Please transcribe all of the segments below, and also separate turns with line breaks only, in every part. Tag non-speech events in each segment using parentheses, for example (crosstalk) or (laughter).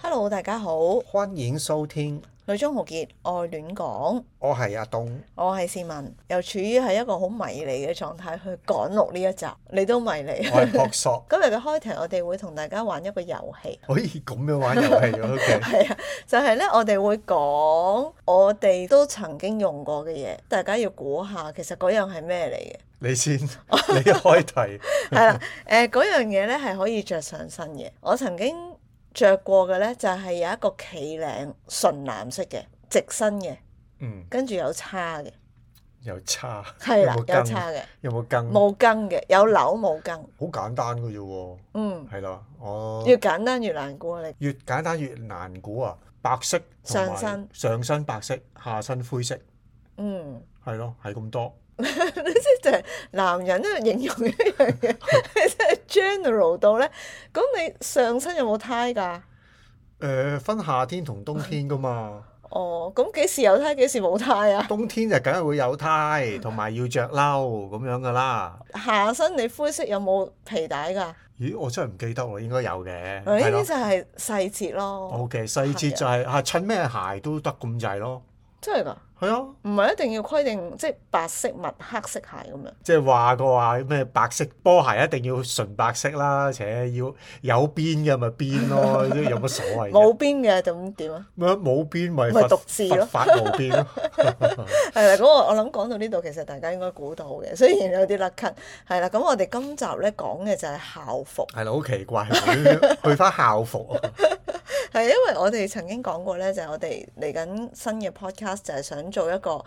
Hello，大家好，《
歡迎收聽，
女中豪傑愛亂講》，
我係阿東，
我係市民，又處於係一個好迷離嘅狀態去趕錄呢一集，你都迷離。
我係撲朔
(laughs)，
(laughs)
今日嘅開題，我哋會同大家玩一個遊戲， (laughs)
可以咁樣玩遊戲 OK，
係啊，就係呢，我哋會講我哋都曾經用過嘅嘢，大家要估下其實嗰樣係咩嚟嘅。
(laughs)
(laughs)
你先，你開題，
係啦，誒嗰樣嘢咧係可以着上身嘅。我曾經着過嘅咧就係、有一個企領，純藍色嘅，直身嘅，
嗯，
跟住有叉嘅，
又叉，
係啦，有
有冇嗯羹
叉嘅，
有冇羹？
冇羹嘅，有扭冇羹。
好簡單嘅啫喎，
嗯，
係啦，我
越簡單越難估啊！你
越簡單越難估啊，白色同
上
埋
身
上身白色，下身灰色，
嗯，
係咯，係咁多，
即係男人咧形容一樣嘢，
(laughs)
即係 general 到咧。咁你上身有冇呔㗎？
誒呃分夏天同冬天
(laughs)
噶嘛，
哦，咁幾時有呔，幾時冇呔啊？
冬天就梗係會有呔，同埋要着褸咁樣噶啦。
下身你灰色有冇皮帶㗎？哎
咦，我真係唔記得喎，應該有
嗱呢
嘅，嗯係咯
啲。就係細節咯。
O K，細節就係啊，襯咩鞋都得咁滯咯。
真係㗎，
係啊，
唔係一定要規定即係白色襪、黑色鞋咁樣。
即係話過話咩白色波鞋一定要純白色啦，且要有邊嘅咪
(laughs)
邊咯，都有乜所謂啫？
冇邊嘅就咁點啊？
咩冇邊咪
咪
罰
獨字咯
罰法無邊
(laughs)
咯。
係啦，嗰個我諗講到呢度，其實大家應該估到嘅，雖然有啲甩咳。係啦，咁我哋今集咧講嘅就係校服，
係啦，好奇怪，去翻
(laughs)
校服啊。
係因為我哋曾經講過咧，就係、我哋嚟緊新嘅 podcast 就係想做一個。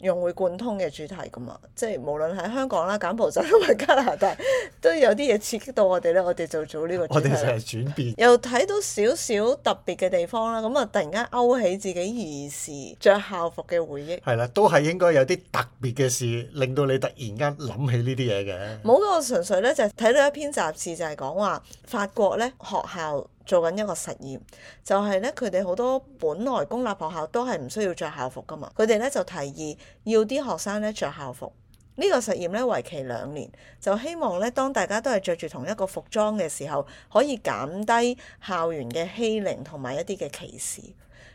融會貫通嘅主題㗎
(laughs)
嘛，即係無論喺香港啦、柬埔寨同埋加拿大，都有啲嘢刺激到我哋咧，我哋就做呢個主
我
題
哋
啦。
就係轉變。
又睇到少少特別嘅地方啦，咁啊突然間勾起自己兒時着校服嘅回憶。
係啦，都係應該有啲特別嘅事，令到你突然間諗起呢啲嘢嘅。
冇嘅，我純粹咧就係睇到一篇雜誌，就係講話法國咧學校做緊一個實驗，就係咧佢哋好多本來公立學校都係唔需要着校服噶嘛，佢哋咧就提議要啲學生咧着校服。呢個實驗咧為期兩年，就希望咧當大家都係着住同一個服裝嘅時候，可以減低校園嘅欺凌同埋一啲嘅歧視。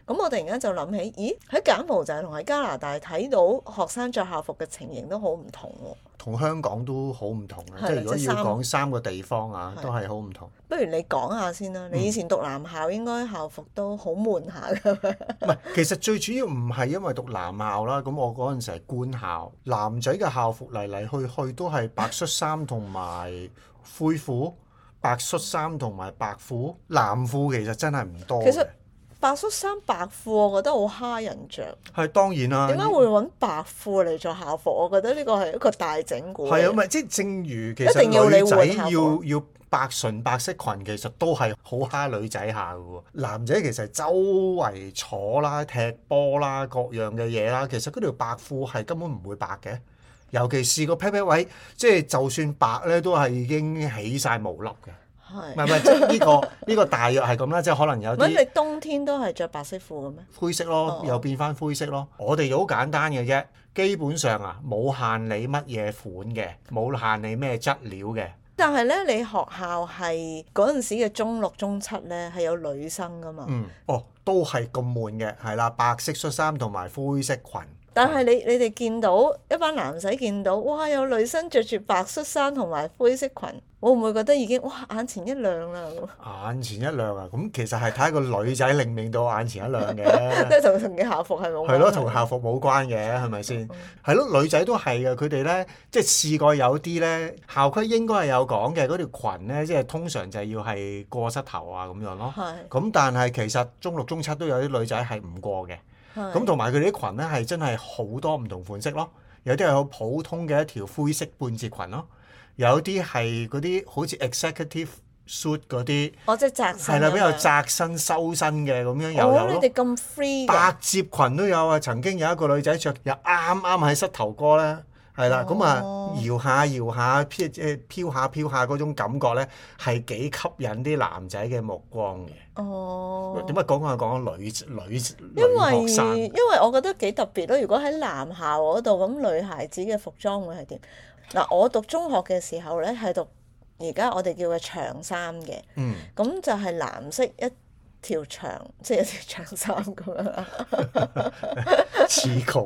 咁我突然間就諗起，咦喺柬埔寨同喺加拿大睇到學生着校服嘅情形都好唔同喎、
同香港都好唔同
係啦啊
嘅，即係如果
即係
要
三
講三個地方啊，
係
都係好唔同。
不如你講下先
嗯
啦，你以前讀男校應該校服都好悶下㗎， (laughs)
唔係，其實最主要唔係因為讀男校啦，咁我嗰陣時係官校，男仔嘅校服嚟嚟去去都係白恤衫同埋灰褲，白恤衫同埋白褲，男褲其實真係唔多
其實
嘅。
白恤衫白褲我覺得好蝦人着。
係當然啦，
點解會揾白褲嚟做校服？我覺得呢個係一個大整蠱嚟。
係啊，咪即係正如其
一定要
實
你
女仔
換校服
要要白純白色裙，其實都係好蝦女仔下嘅喎。男仔其實周圍坐啦、踢波啦、各樣嘅嘢啦，其實嗰條白褲係根本唔會白嘅。尤其是個 pat pat 位，即係就算白咧，都係已經起晒毛粒嘅。唔係
係
唔係，即
(laughs)
係呢個呢個大約係咁啦，即係可能有
唔係
啲
你冬天都係着白色褲嘅咩？
灰色咯，
哦
又變翻灰色咯。我哋好簡單嘅啫，基本上啊冇限你乜嘢款嘅，冇限你咩質料嘅。
但係咧，你學校係嗰陣時嘅中六、中七咧係有女生㗎嘛？
嗯，哦，都係咁悶嘅，係啦，白色恤衫同埋灰色裙。
但係你你哋見到一班男仔見到，哇！有女生着住白恤衫同埋灰色裙，會唔會覺得已經哇眼前一亮啦咁？
眼前一亮啊！咁其實係睇個女仔令唔令到眼前一亮
(laughs) 即 (laughs)
嘅，
係同同嘅校服係冇關係。
係咯，同校服冇關嘅，係咪先？係咯，女仔都係嘅，佢哋咧即係試過有啲咧校規應該係有講嘅，嗰條裙咧即係通常就係要係過膝頭啊咁樣咯。
係
咁但係其實中六中七都有啲女仔係唔過嘅。
係
咁同埋佢哋啲裙咧係真係好多唔同款式咯，有啲係好普通嘅一條灰色半截裙咯，有啲係嗰啲好似 executive suit 嗰啲，
我哦即係窄身
係啦，
咁
比較
樣。
窄身收身嘅咁樣又
哦，
有
你
咯。
哋咁 free 嘅
百褶裙都有啊！曾經有一個女仔着，又啱啱喺膝頭哥咧，係啦，咁
哦
啊搖下搖下，飄即係飄下飄下嗰種感覺咧，係幾吸引啲男仔嘅目光嘅。
哦。
點解講下講女女
因為
啊女學生？
因為我覺得幾特別咯。如果喺男校嗰度咁，女孩子嘅服裝會係點？嗱，我讀中學嘅時候咧，係讀而家我哋叫嘅長衫嘅，
嗯。
咁就係藍色一條長，即係有條長衫咁樣啦。 (laughs)
恃窮，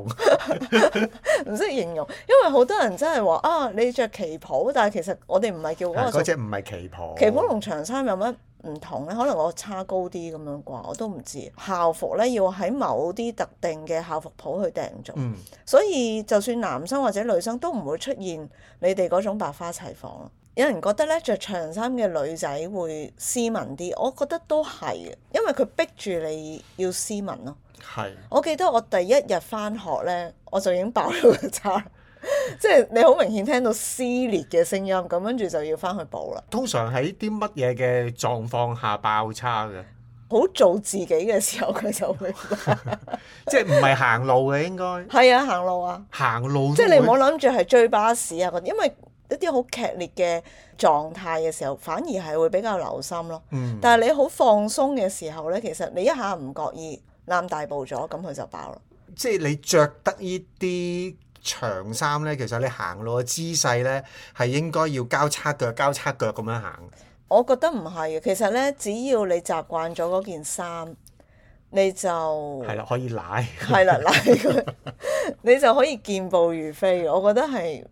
唔識形容，因為好多人真係話啊，你着旗袍，但係其實我哋唔係叫嗰個
嗰
做
只唔係旗袍，
旗袍同長衫有乜唔同咧？可能我差高啲咁樣啩，我都唔知。校服咧要喺某啲特定嘅校服鋪去訂做，
嗯
所以就算男生或者女生都唔會出現你哋嗰種百花齊放咯。有人覺得咧着長衫嘅女仔會斯文啲，我覺得都係嘅，因為佢逼住你要斯文咯。
係
我記得我第一日翻學咧，我就已經爆咗個叉， (laughs) 即係你好明顯聽到撕裂嘅聲音，咁跟住就要翻去補啦。
通常喺啲乜嘢嘅狀況下爆叉嘅，
好做自己嘅時候，佢就
(laughs)
會
即係唔係行路嘅
(laughs)
應該
係啊行路啊，
行路
即
都
係你唔
會
好諗住係追巴士啊嗰啲，因為一啲好劇烈嘅狀態嘅時候，反而係會比較留心咯。
嗯
但係你好放鬆嘅時候咧，其實你一下唔覺意攬大步咗，咁佢就爆啦。
即係你着得呢啲長衫咧，其實你行路嘅姿勢咧係應該要交叉腳、交叉腳咁樣行。
我覺得唔係嘅，其實咧，只要你習慣咗嗰件衫，你就哦
係啦，可以奶。
係啦，拉佢，你就可以健步如飛嘅。我覺得係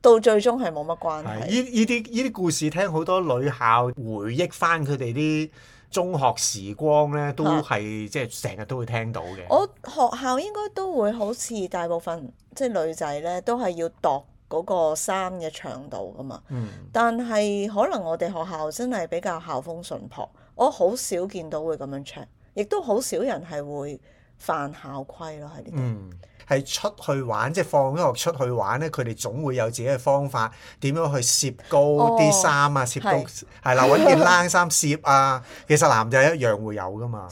到最終係冇乜關
係
係。
依依啲依啲故事，聽好多女校回憶翻佢哋啲中學時光咧，都
啊
係即係成日都會聽到嘅。
我學校應該都會好似大部分即係女仔咧，都係要度嗰個衫嘅長度噶嘛。
嗯，
但係可能我哋學校真係比較校風淳樸，我好少見到會咁樣 check，亦都好少人係會犯校規咯喺呢度。
嗯，係出去玩，即係放咗學出去玩咧，佢哋總會有自己嘅方法，點樣去攝高啲衫啊，攝高係啦，揾件冷衫攝啊。其實男仔一樣會有噶 (laughs) 嘛，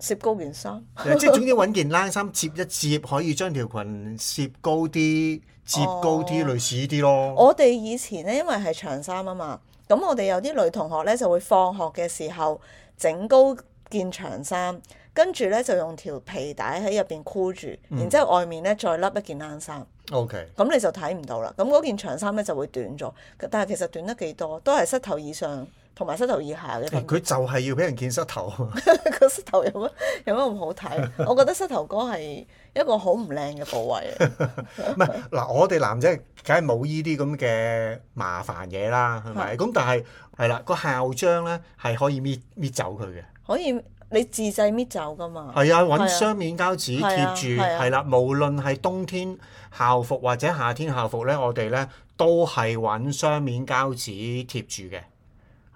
攝高件衫，
即係總之揾件冷衫摺一摺，可以將條裙攝高啲、摺高啲，
哦
類似呢啲咯。
我哋以前咧因為係長衫啊嘛，咁我哋有啲女同學咧就會放學嘅時候整高件長衫，跟住咧就用條皮帶喺入邊箍住，
嗯
然之後外面咧再笠一件冷衫。
O K，
咁你就睇唔到啦。咁嗰件長衫咧就會短咗，但係其實短得幾多，都係膝頭以上同埋膝頭以下嘅分別。
佢就係要俾人見膝頭 (laughs) 啊嘛。
(laughs) 個膝頭有乜有乜咁好
(laughs)
睇？我覺得膝頭哥係一個好唔靚嘅部位啊
(laughs)
嚟。
唔係嗱，我哋男仔梗係冇呢啲咁嘅麻煩嘢啦，係咪？咁但係係啦，個校章咧係可以搣搣走佢嘅。
可以你自製搣走㗎嘛？
係啊，
係
揾
啊
雙面膠紙
係啊
貼住，
係啊
係啦。無論係冬天校服或者夏天校服咧，我哋咧都係揾雙面膠紙貼住嘅，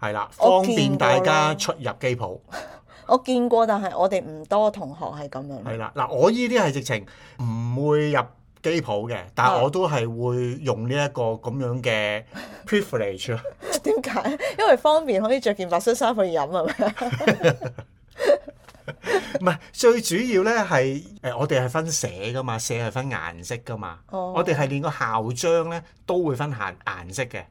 係啦，
我
方便
見過
大家
啦
出入機鋪。
我見過，但係我哋唔多同學係咁樣。
係啦，嗱，我依啲係直情唔會入機鋪嘅，但係
啊
我都係會用呢一個咁
(laughs)
樣嘅 privilege 咯。
(laughs) 點解？因為方便可以着件白恤衫去飲啊係咪？
唔係最主要咧係誒，我哋係分社噶嘛，社係分顏色噶嘛。
哦
我哋係連個校章咧都會分顏顏色嘅。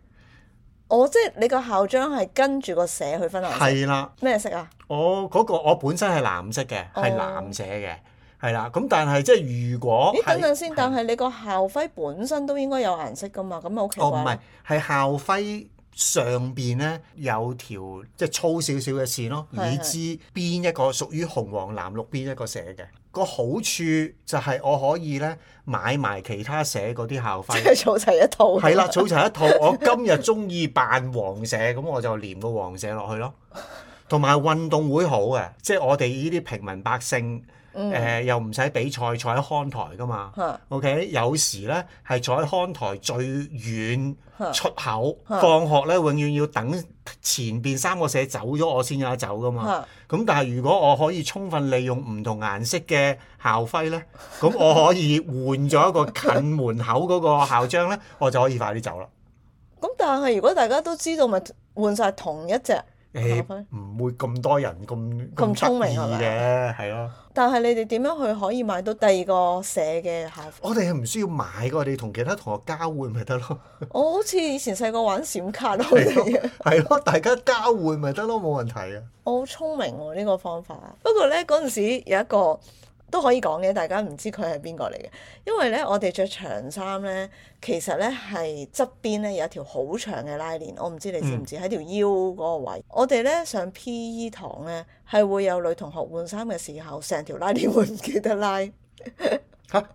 我哦即係你個校章係跟住個社去分顏色，
係啦，
咩色啊？
我嗰、個我本身係藍色嘅，係
哦
藍社嘅，係啦。咁但係即係如果
咦，
哦係
等陣先，但係你個校徽本身都應該有顏色㗎嘛？咁咪好奇
哦，唔
怪
係
咯。，
係校徽上邊咧有條即係粗少少嘅線咯，
係
你知邊一個屬於紅黃藍綠邊一個社嘅。個好處就係我可以咧買埋其他社嗰啲校徽
即。係組齊一套。
係啦，儲齊一套。我今日中意扮黃社，咁我就連個黃社落去
(laughs)
咯。同埋運動會好嘅，即係我哋呢啲平民百姓，誒、又唔使比賽，坐喺看台噶嘛。
嗯嚇
OK，有時咧係坐喺看台最遠
嚇
出口，
嚇
放學咧永遠要等前邊三個社走咗，我先有得走噶嘛。
嚇，
咁但係如果我可以充分利用唔同顏色嘅校徽咧，咁我可以換咗一個近門口嗰個校章咧，我就可以快啲
(laughs)
走啦。
咁但係如果大家都知道，咪換晒同一隻。
誒
校徽
唔會咁多人咁
咁聰
得
明
意
係咪啊
嘅，係咯。
但係你哋點樣去可以買到第二個社嘅校服？
我哋係唔需要買嘅，我哋同其他同學交換咪得咯， (laughs)
我好似以前細個玩閃卡咯，
係咯，係咯，大家交換咪得咯，冇問題啊。
我好聰明喎、呢、個方法。不過呢，嗰陣時有一個都可以講嘅，大家唔知佢係邊個嚟嘅。因為咧，我哋着長衫咧，其實咧係側邊咧有一條好長嘅拉鍊，我唔知你知唔知喺條腰嗰個位。我哋咧上 P.E. 堂咧係會有女同學換衫嘅時候，成條拉鍊會唔記得拉。
嚇、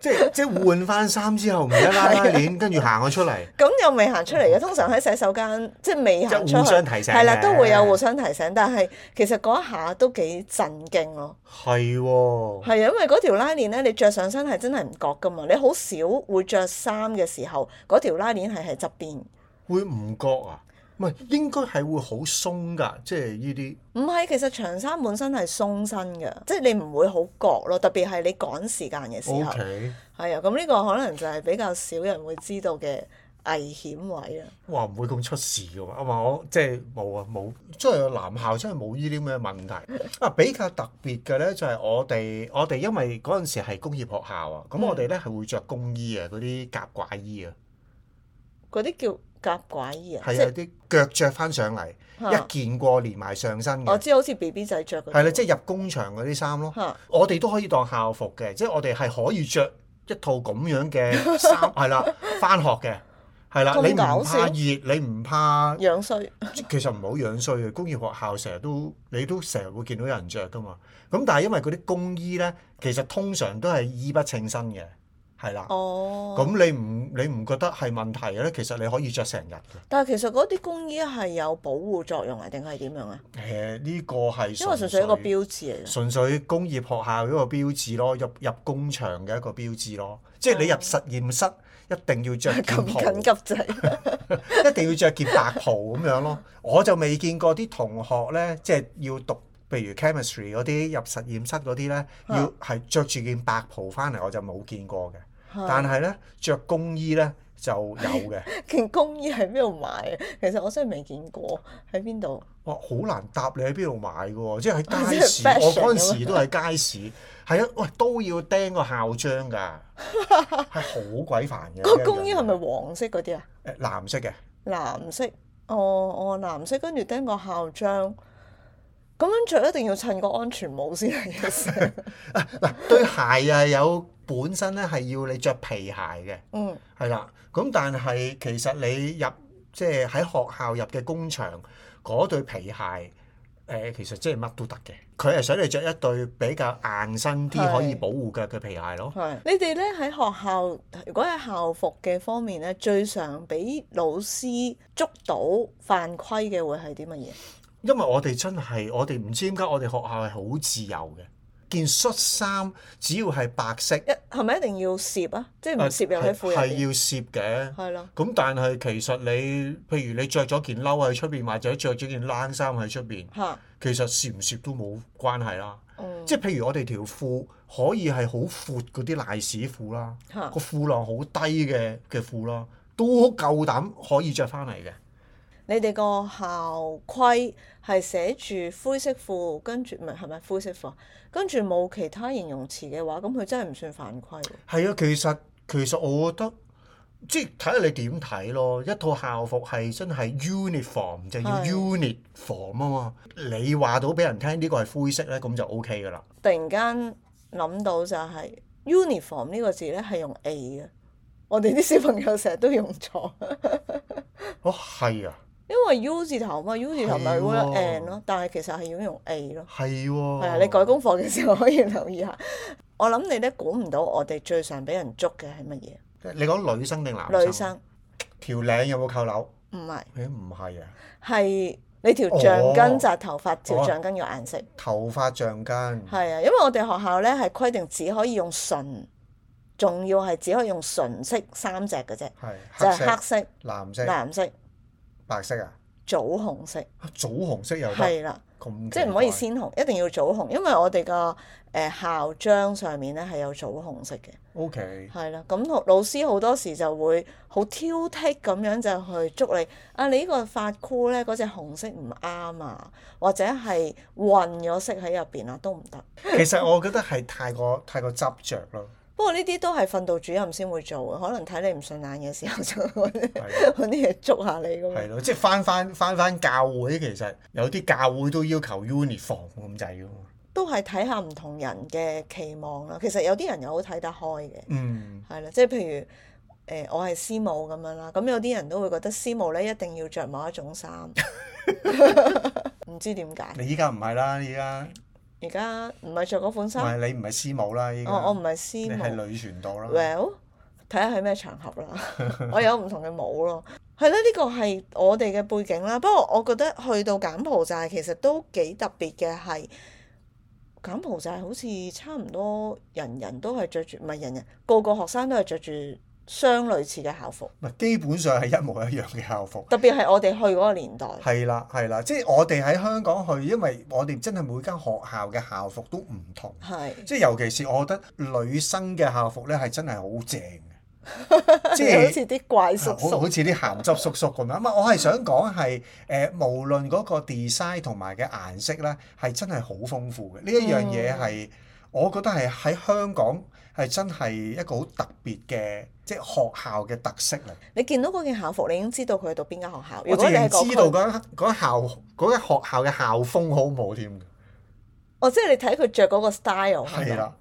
即係即係換翻衫之後唔一拉拉鏈，跟住行咗出嚟。
咁又未行出嚟嘅，通常喺洗手間即係未行
即
出
係互
去，
相提醒
係啦，
嘅
都會有互相提醒。但係其實嗰一下都幾震驚咯，
係喎，
係啊，因為嗰條拉鍊咧，你着上身係真係唔覺噶嘛，你好少會着衫嘅時候，嗰條拉鍊係喺側邊。
會唔覺啊？唔係應該係會好鬆㗎，即係呢啲。
唔係，其實長衫本身係鬆身嘅，即係你唔會好覺咯，特別係你趕時間嘅時候，
O
係
K，
啊，咁呢個可能就係比較少人會知道嘅危險位啦。
哇唔會咁出事㗎嘛？啊嘛，我即係冇啊冇，即係男校真係冇呢啲咁嘅問題。啊，比較特別嘅咧就係我哋我哋因為嗰陣時係工業學校啊，咁我哋咧係會着工衣啊，嗰啲夾褂衣啊，
嗰啲叫夾拐衣啊，即
係啊啲腳着翻上嚟，
嚇
一件過連埋上身
我
嘅，
知好似 B B 仔着嗰啲
係啦，即係入工場嗰啲衫咯。
嚇
我哋都可以當校服嘅，即係我哋係可以着一套咁樣嘅
(laughs)
衫，係啦，翻學嘅，係啦，
咁
你唔
搞
怕
笑
熱，你唔怕，
樣衰，
其實唔好樣衰嘅。工業學校成日都，你都成日會見到有人着噶嘛。咁但係因為嗰啲工衣咧，其實通常都係衣不稱身嘅，係啦。
哦。
咁、你唔你唔覺得係問題嘅咧？其實你可以着成日嘅。
但係其實嗰啲工衣係有保護作用啊，定係點樣啊？
誒、呢、個係
因為純粹一個標誌嚟嘅。
純粹工業學校一個標誌咯，入入工場嘅一個標誌咯，即係你入實驗室一定要着件
(laughs) 咁
袍，
緊急仔，
一定要着件白袍咁樣咯。我就未見過啲同學咧，即係要讀譬如 chemistry 嗰啲入實驗室嗰啲咧，
啊
要係着住件白袍翻嚟，我就冇見過嘅。 (laughs) 但
係
係咧，着工衣咧就有嘅。
(laughs) 件工衣喺邊度買啊？其實我真係未見過喺邊度。
哇，好難答你喺邊度買嘅喎，即係喺街市，
啊即係 fashion
我嗰陣時都喺街市，係啊，喂都要釘個校章
(laughs)
㗎，係好鬼煩嘅。
個工衣係咪黃色嗰啲啊？
咪誒藍色嘅？
藍色，哦哦，藍色，跟住釘個校章。咁樣着一定要襯個安全帽先係嘅
(laughs)
事。
啊嗱對鞋啊有本身咧係要你着皮鞋嘅，
嗯，
係啦。咁但係其實你入即係喺學校入嘅工場嗰對皮鞋，誒、其實即係乜都得嘅。佢係想你着一對比較硬身啲
係
可以保護腳嘅皮鞋咯。
係。你哋咧喺學校，如果喺校服嘅方面咧，最常俾老師捉到犯規嘅會係啲乜嘢？
因為我哋真係，我哋唔知點解我哋學校係好自由嘅。件恤衫只要係白色，
一係咪一定要攝啊？即係唔攝入喺褲入
呃係
邊？
要攝嘅。
係咯，
咁但係其實你，譬如你着咗件褸喺出邊，或者着咗件冷衫喺出邊，
嚇，
其實攝唔攝都冇關係啦。
嗯，
即係譬如我哋條褲可以係好闊嗰啲賴屎褲啦，
嚇
個，褲浪好低嘅嘅褲啦，都夠膽可以着翻嚟嘅。
你哋個校規係寫住灰色褲，跟住唔係係咪灰色褲啊？跟住冇其他形容詞嘅話，咁佢真係唔算犯規喎。
係啊，其實其實我覺得即係睇下你點睇咯。一套校服係真係 uniform 就要
係
uniform 啊嘛。你話到俾人聽呢個係灰色咧，咁就 OK 噶啦。
突然間諗到就係、uniform 呢個字咧係用 A 嘅，我哋啲小朋友成日都用錯， (laughs)
哦，係啊，
因為 U 字頭嘛，U 字頭咪會
係
有
喎哦
N 咯，但係其實係要用 A 咯。
係
係啊，
喎。
你改功課嘅時候可以留意下。我諗你咧估唔到我哋最常俾人捉嘅係乜嘢？
你講女生定男
女生
條領有冇扣紐？
唔係，
誒唔係啊，
係你條
哦
橡筋紮頭髮，
哦
條橡筋嘅顏色
頭髮橡筋。
係啊，因為我哋學校咧係規定只可以用純，仲要係只可以用純色三隻嘅啫，
係
就
黑
係
色
黑、色、
藍色、
藍色、
白色啊，
棗紅色，
啊棗紅色又得，
係啦。
咁
即係唔
奇
可以
怪
鮮紅，一定要棗紅，因為我哋個誒校章上面咧係有棗紅色嘅，
OK，
係啦。咁老老師好多時就會好挑剔咁樣就去捉你啊！你呢個髮箍咧嗰隻紅色唔啱啊，或者係混咗色喺入邊啊，都唔得。
其實我覺得係太過 (laughs) 太過執着咯。
不過呢啲都係訓導主任先會做嘅，可能睇你唔順眼嘅時候就 (laughs) 揾啲
係
揾啲嘢捉下你咁
係
樣。
咯，即係翻翻翻翻教會，其實有啲教會都要求 uniform 咁滯噶嘛。
都係睇下唔同人嘅期望啦。其實有啲人又好睇得開嘅，
嗯，
係啦，即係譬如誒、呃我係師母咁樣啦，咁有啲人都會覺得師母咧一定要着某一種
(laughs)
衫，唔知點解
你依家唔係啦，依家
而家唔係着嗰款
唔
衫，
係你唔係師母啦，依家
我哦我唔係
你
師
係
母
女傳道啦，
，well 睇下喺咩場合
(laughs)
啦，我有唔同嘅帽咯。係啦，呢個係我哋嘅背景啦。不過我覺得去到柬埔寨其實都幾特別嘅係，柬埔寨好似差唔多人人都係着住，唔係人人個個學生都係着住相類似嘅校服。
唔係基本上係一模一樣嘅校服。
特別係我哋去嗰個年代，
係啦，係啦，即係我哋喺香港去，因為我哋真係每間學校嘅校服都唔同，
係
即係尤其是我覺得女生嘅校服咧係真係好正嘅，
(laughs)
即
即係好
係啊
似啲怪叔
好
叔，
好似啲鹹汁叔叔咁樣。唔係，我係想講係誒，無論嗰個 design 同埋嘅顏色咧，係真係好豐富嘅。呢一樣嘢
嗯
係我覺得係喺香港係真係一個好特別嘅，即係學校嘅特色嚟。
你見到嗰件校服，你已經知道佢去到邊間學校。如
我直
果你係
然
個
知道
區，
嗰間嗰間校嗰間學校嘅校風好唔好添㗎。
哦，即係你睇佢着嗰個 style 係
係
咪？
啦，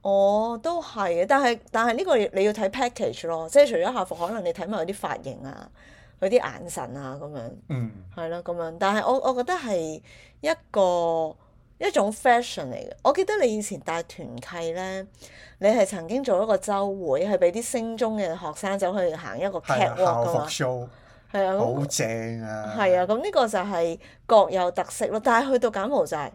哦，都係嘅，但係但係呢個你要睇 package 咯，即係除咗校服，可能你睇埋佢啲髮型啊，佢啲眼神啊咁樣，
嗯，
係咯咁樣。但係我我覺得係一個一種 fashion 嚟嘅。我記得你以前帶團契咧，你係曾經做一個週會，係俾啲升中嘅學生走去行一個
係啊
catwalk
校
噶
服
嘛。
show
係啊，
好
咁
正啊，
係啊，，咁呢個就係各有特色咯。但係去到柬埔寨，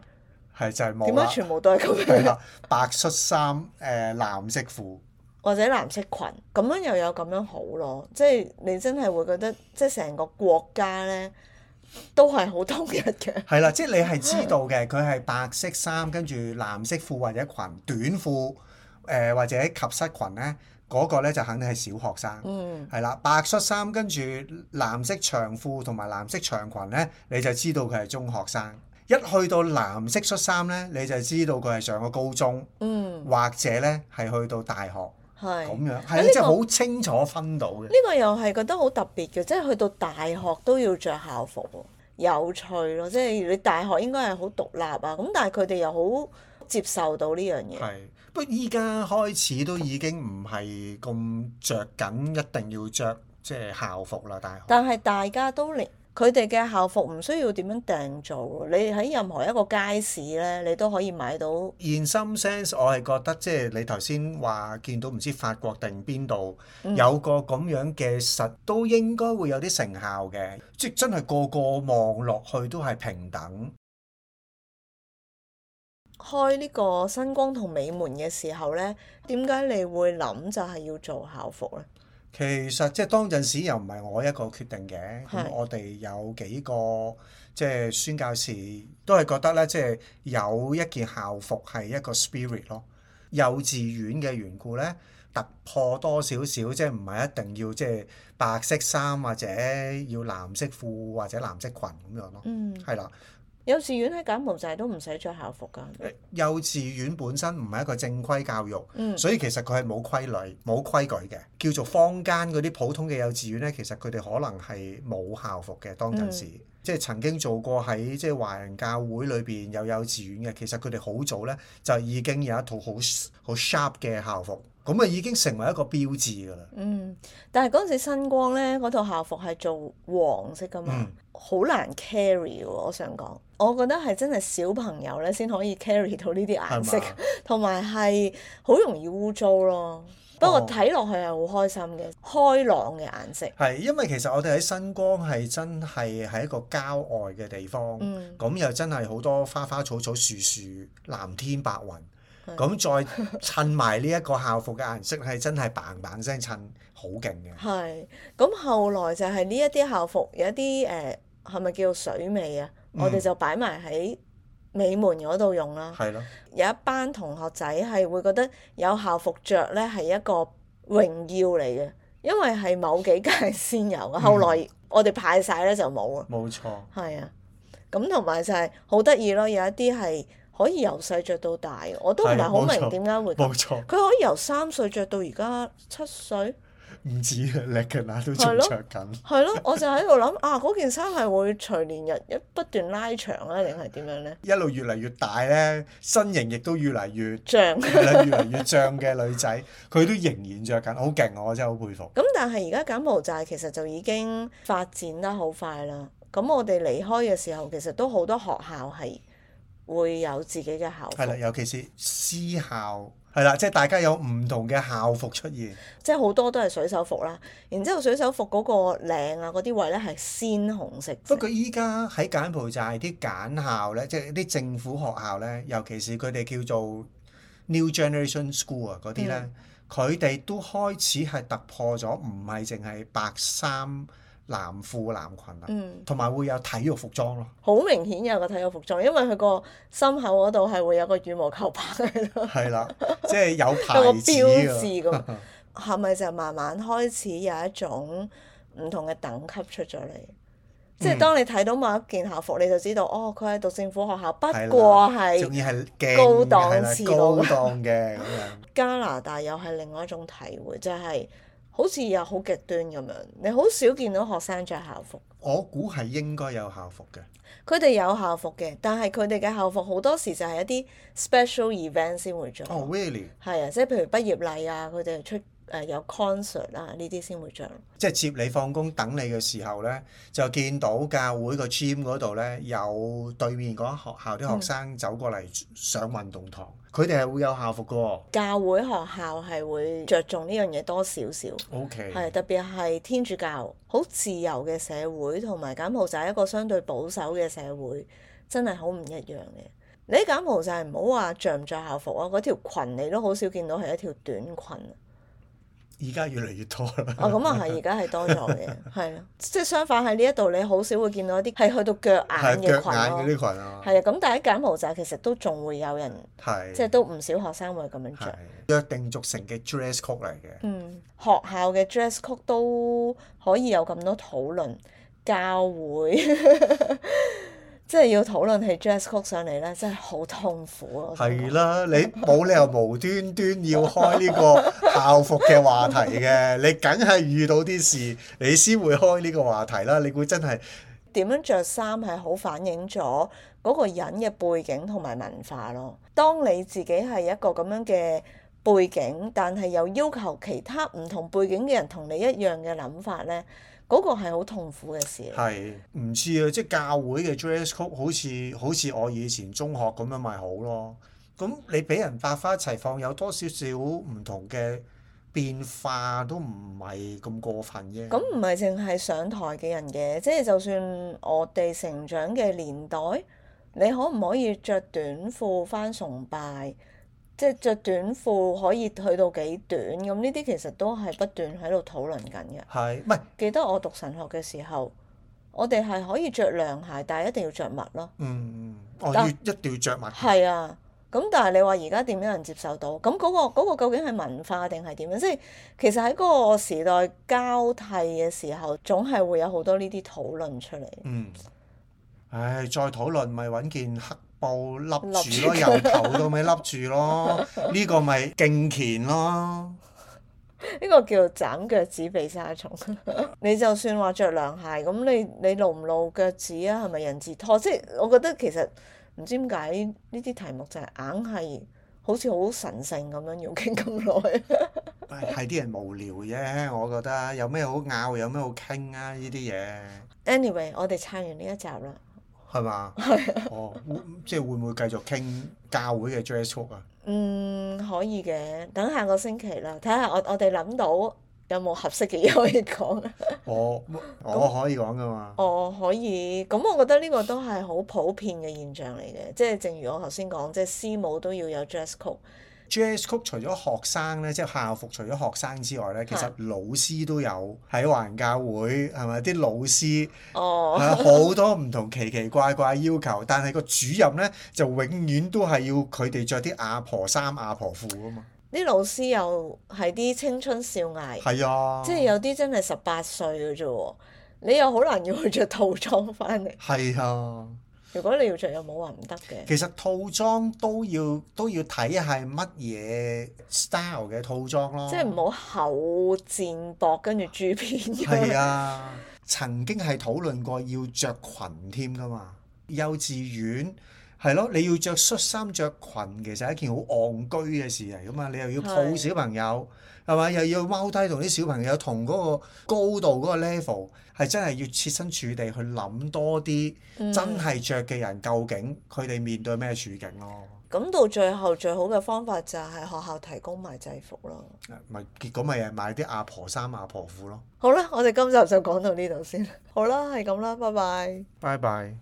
係就係
點
冇
解
啦，
全部都係咁
係
樣，
啦，白恤衫誒藍色褲，
(laughs) 或者藍色裙，咁樣又有咁樣好咯。即係你真係會覺得，即係成個國家咧都係好統一嘅。
係啦，即係你係知道嘅，
嗯
佢係白色衫跟住藍色褲或者裙短褲誒或者及膝裙咧，嗰個咧就肯定係小學生。
嗯，
係啦，白恤衫跟住藍色長褲同埋藍色長裙咧，你就知道佢係中學生。一去到藍色恤衫咧，你就知道佢係上咗高中。
嗯，
或者咧係去到大學
係。
咁樣，
啊呢
係啊
個
即係好清楚分到嘅
呢。個又係覺得好特別嘅，即係去到大學都要着校服喎，有趣咯。即係你大學應該係好獨立啊，咁但係佢哋又好接受到呢樣嘢。
係，不過依家開始都已經唔係咁着緊，一定要着即係校服啦。大學
但係大家都連佢哋嘅校服唔需要點樣訂做咯，你喺任何一個街市咧，你都可以買到。
in some sense，我係覺得即係你頭先話見到唔知法國定邊度
嗯
有個咁樣嘅實，都應該會有啲成效嘅。即係真係個個望落去都係平等。
開呢個新光同美門嘅時候咧，點解你會諗就係要做校服咧？
其實即係當陣時又唔係我一個決定嘅，
係
咁我哋有幾個即係宣教士都係覺得咧，即係有一件校服係一個 spirit 咯。幼稚園嘅緣故咧，突破多少少，即係唔係一定要即係白色衫或者要藍色褲或者藍色裙咁樣咯。
嗯，
係啦，
幼稚園喺柬埔寨都唔使着校服㗎。係咪
誒幼稚園本身唔係一個正規教育。
嗯，
所以其實佢係冇規律、冇規矩嘅，叫做坊間嗰啲普通嘅幼稚園呢，其實佢哋可能係冇校服嘅當陣時，即係曾經做過喺即係華人教會裏邊有幼稚園嘅，其實佢哋好早呢，就已經有一套好 s- 好 sharp 嘅校服，咁啊已經成為一個標誌㗎啦。
嗯，但係嗰陣時新光咧，嗰套校服係做黃色㗎嘛
嗯，
好、難 carry 喎。我想講，我覺得係真係小朋友咧先可以 carry 到呢啲顏色
係嘛，
同埋係好容易污糟咯。不
哦
過睇落去係好開心嘅，開朗嘅顏色。
係因為其實我哋喺新光係真係喺一個郊外嘅地方。
嗯，
咁又真係好多花花草草、樹樹、藍天白雲，
係
咁再襯埋呢一個校服嘅顏色係真係棒棒聲襯，好勁嘅。
係。咁後來就係呢一啲校服，有一啲誒係咪叫水尾啊？
嗯
我哋就擺埋喺美門嗰度用啦。
係咯，
有一班同學仔係會覺得有校服着咧係一個榮耀嚟嘅，因為係某幾屆先有
嗯
嘅，後來我哋派晒咧就冇啊。
冇錯。
係啊，咁同埋就係好得意咯，有一啲係可以由細着到大嘅，我都唔係好
係冇錯
明點解會咁。
冇錯，
佢可以由三歲着到而家七歲，
唔止嘅，力嘅啦都
係
仲
咯
着緊。
係咯，我就喺度諗啊，嗰件衫係會隨年日一不斷拉長啊，定係點樣咧？
一路越嚟越大咧，身形亦都越嚟越
像。
係啦，越嚟越脹嘅女仔，佢都仍然着緊，好勁啊！我真係好佩服。
咁但係而家柬埔寨其實就已經發展得好快啦。咁我哋離開嘅時候，其實都好多學校係會有自己嘅校
係啦，
服，
尤其是私校，係啦，即係大家有唔同嘅校服出現，
即係好多都係水手服啦。然之後水手服嗰個領啊，嗰啲位咧係鮮紅色嘅。
不過依家喺柬埔寨啲簡校咧，即係啲政府學校咧，尤其是佢哋叫做 New Generation School 啊嗰啲
嗯
咧，佢哋、都開始係突破咗，唔係淨係白衫、藍褲、藍裙啦，
嗯，
同埋會有體育服裝咯。
(laughs) 好明顯有個體育服裝，因為佢個心口嗰度係會有個羽毛球拍喺度，
係啦，即係有
有個
牌子
標
啊
誌咁。
(laughs)
係咪就慢慢開始有一種唔同嘅等級出咗嚟？
嗯
即係當你睇到某一件校服，你就知道哦，佢係讀政府學校，不
係啦
過係
仲要係勁
高檔
係啦
次嗰
高
個
檔嘅咁樣，
加拿大又係另外一種體會，就係、好似又好極端咁樣，你好少見到學生着校服。
我估係應該有校服嘅，
佢哋有校服嘅，但係佢哋嘅校服好多時就係一啲 special event 先會着。
哦，really，
係啊，即係譬如畢業禮啊，佢哋出誒、呃有 concert 啊呢啲先會着。
即係接你放工等你嘅時候咧，就見到教會個 gym 嗰度咧有對面嗰間學校
嗯
啲學生走過嚟上運動堂，佢哋係會有校服嘅喎。
教會學校係會着重呢樣嘢多少少，
O.K.
係特別係天主教好自由嘅社會，同埋柬埔寨一個相對保守嘅社會，真係好唔一樣嘅。你喺柬埔寨唔好話着唔着校服啊，嗰條裙你都好少見到係一條短裙。啊
(laughs) 而家越嚟越多
(laughs)
啦。
哦，咁啊係，而家係多咗嘅，係咯，即係相反喺呢一度你好少會見到一啲係去到腳
係
眼嘅
腳眼
裙
嗰
咯。
啲裙啊，
係啊，咁但係喺柬埔寨其實都仲會有人，
係
即係都唔少學生會咁樣着
係。約定俗成嘅 dress code 嚟嘅。
嗯，學校嘅 dress code 都可以有咁多討論，教會 (laughs) 即係要討論起 dress code 上嚟咧，真係好痛苦啊！我想
係
講
啦，你冇理由無端端要開呢個校服嘅話題嘅，你梗係遇到啲事，你先會開呢個話題啦。你估真係
點樣着衫係好反映咗嗰個人嘅背景同埋文化咯。當你自己係一個咁樣嘅背景，但係又要求其他唔同背景嘅人同你一樣嘅諗法咧，嗰、個係好痛苦嘅事嚟。
係唔知啊？即係教會嘅 dress code 好似好似我以前中學咁樣咪好咯。咁你俾人百花齊放，有多少少唔同嘅變化都唔係咁過分啫。
咁唔係淨係上台嘅人嘅，即係就算我哋成長嘅年代，你可唔可以着短褲返崇拜？即係着短褲可以去到幾短？咁呢啲其實都係不斷喺度討論緊嘅。
係唔係？
記得我讀神學嘅時候，我哋係可以着涼鞋，但係一定要着襪咯。
嗯，我要
但
一定要着襪。
係啊，咁但係你話而家點樣人接受到？咁嗰、個嗰個究竟係文化定係點樣？即係其實喺嗰個時代交替嘅時候，總係會有好多呢啲討論出嚟。
嗯，唉，再討論咪揾件黑布笠
笠
住
住
咯，由頭到尾笠住咯，呢個咪敬虔咯。
呢個叫斬腳趾避沙蟲。 (laughs) 你就算話着涼鞋，咁你你露唔露腳趾啊？係咪人字拖？即係我覺得其實唔知點解呢啲題目就係硬係好似好神聖咁樣要傾咁耐。 (laughs)
唉係啲人無聊啫，我覺得有咩好拗，有咩好傾啊？呢啲嘢
Anyway，我哋撐完呢一集啦。
係嘛？
啊
哦，會即係會唔會繼續傾教會嘅 dress code 啊？
嗯，可以嘅，等下個星期啦，睇下我我哋諗到有冇合適嘅嘢可以講。啊
我我可以講噶嘛？
(laughs) 哦，可以，咁我覺得呢個都係好普遍嘅現象嚟嘅，即係正如我頭先講，即係師母都要有 dress code。
Jazz 曲除咗學生咧，即係校服除咗學生之外咧，其實
係
老師都有喺華人教會係咪？啲老師
哦，
係啊好多唔同奇奇怪怪要求，但係個主任咧就永遠都係要佢哋着啲阿婆衫、阿婆褲啊嘛。
啲老師又係啲青春少艾，
係啊，
即係有啲真係十八歲嘅啫喎，你又好難要佢着套裝翻嚟。 (laughs)
係啊，
如果你要着又冇話唔得嘅，
其實套裝都要都要睇係乜嘢 style 嘅套裝咯。
即係唔好厚戰薄跟住珠片咁
係
樣。
啊，曾經係討論過要着裙添噶嘛。幼稚園係咯，你要着恤衫着裙，其實係一件好戇居嘅事嚟噶嘛。你又要抱
係
小朋友，係咪？又要踎低同啲小朋友同嗰個高度嗰個 level，係真係要設身處地去諗多啲，
嗯
真係着嘅人究竟佢哋面對咩處境咯。
咁到最後最好嘅方法就係學校提供埋制服咯。
咪結果咪係買啲阿婆衫、阿婆褲咯。
好啦，我哋今集就講到呢度先。好啦，係咁啦，拜拜。
拜拜。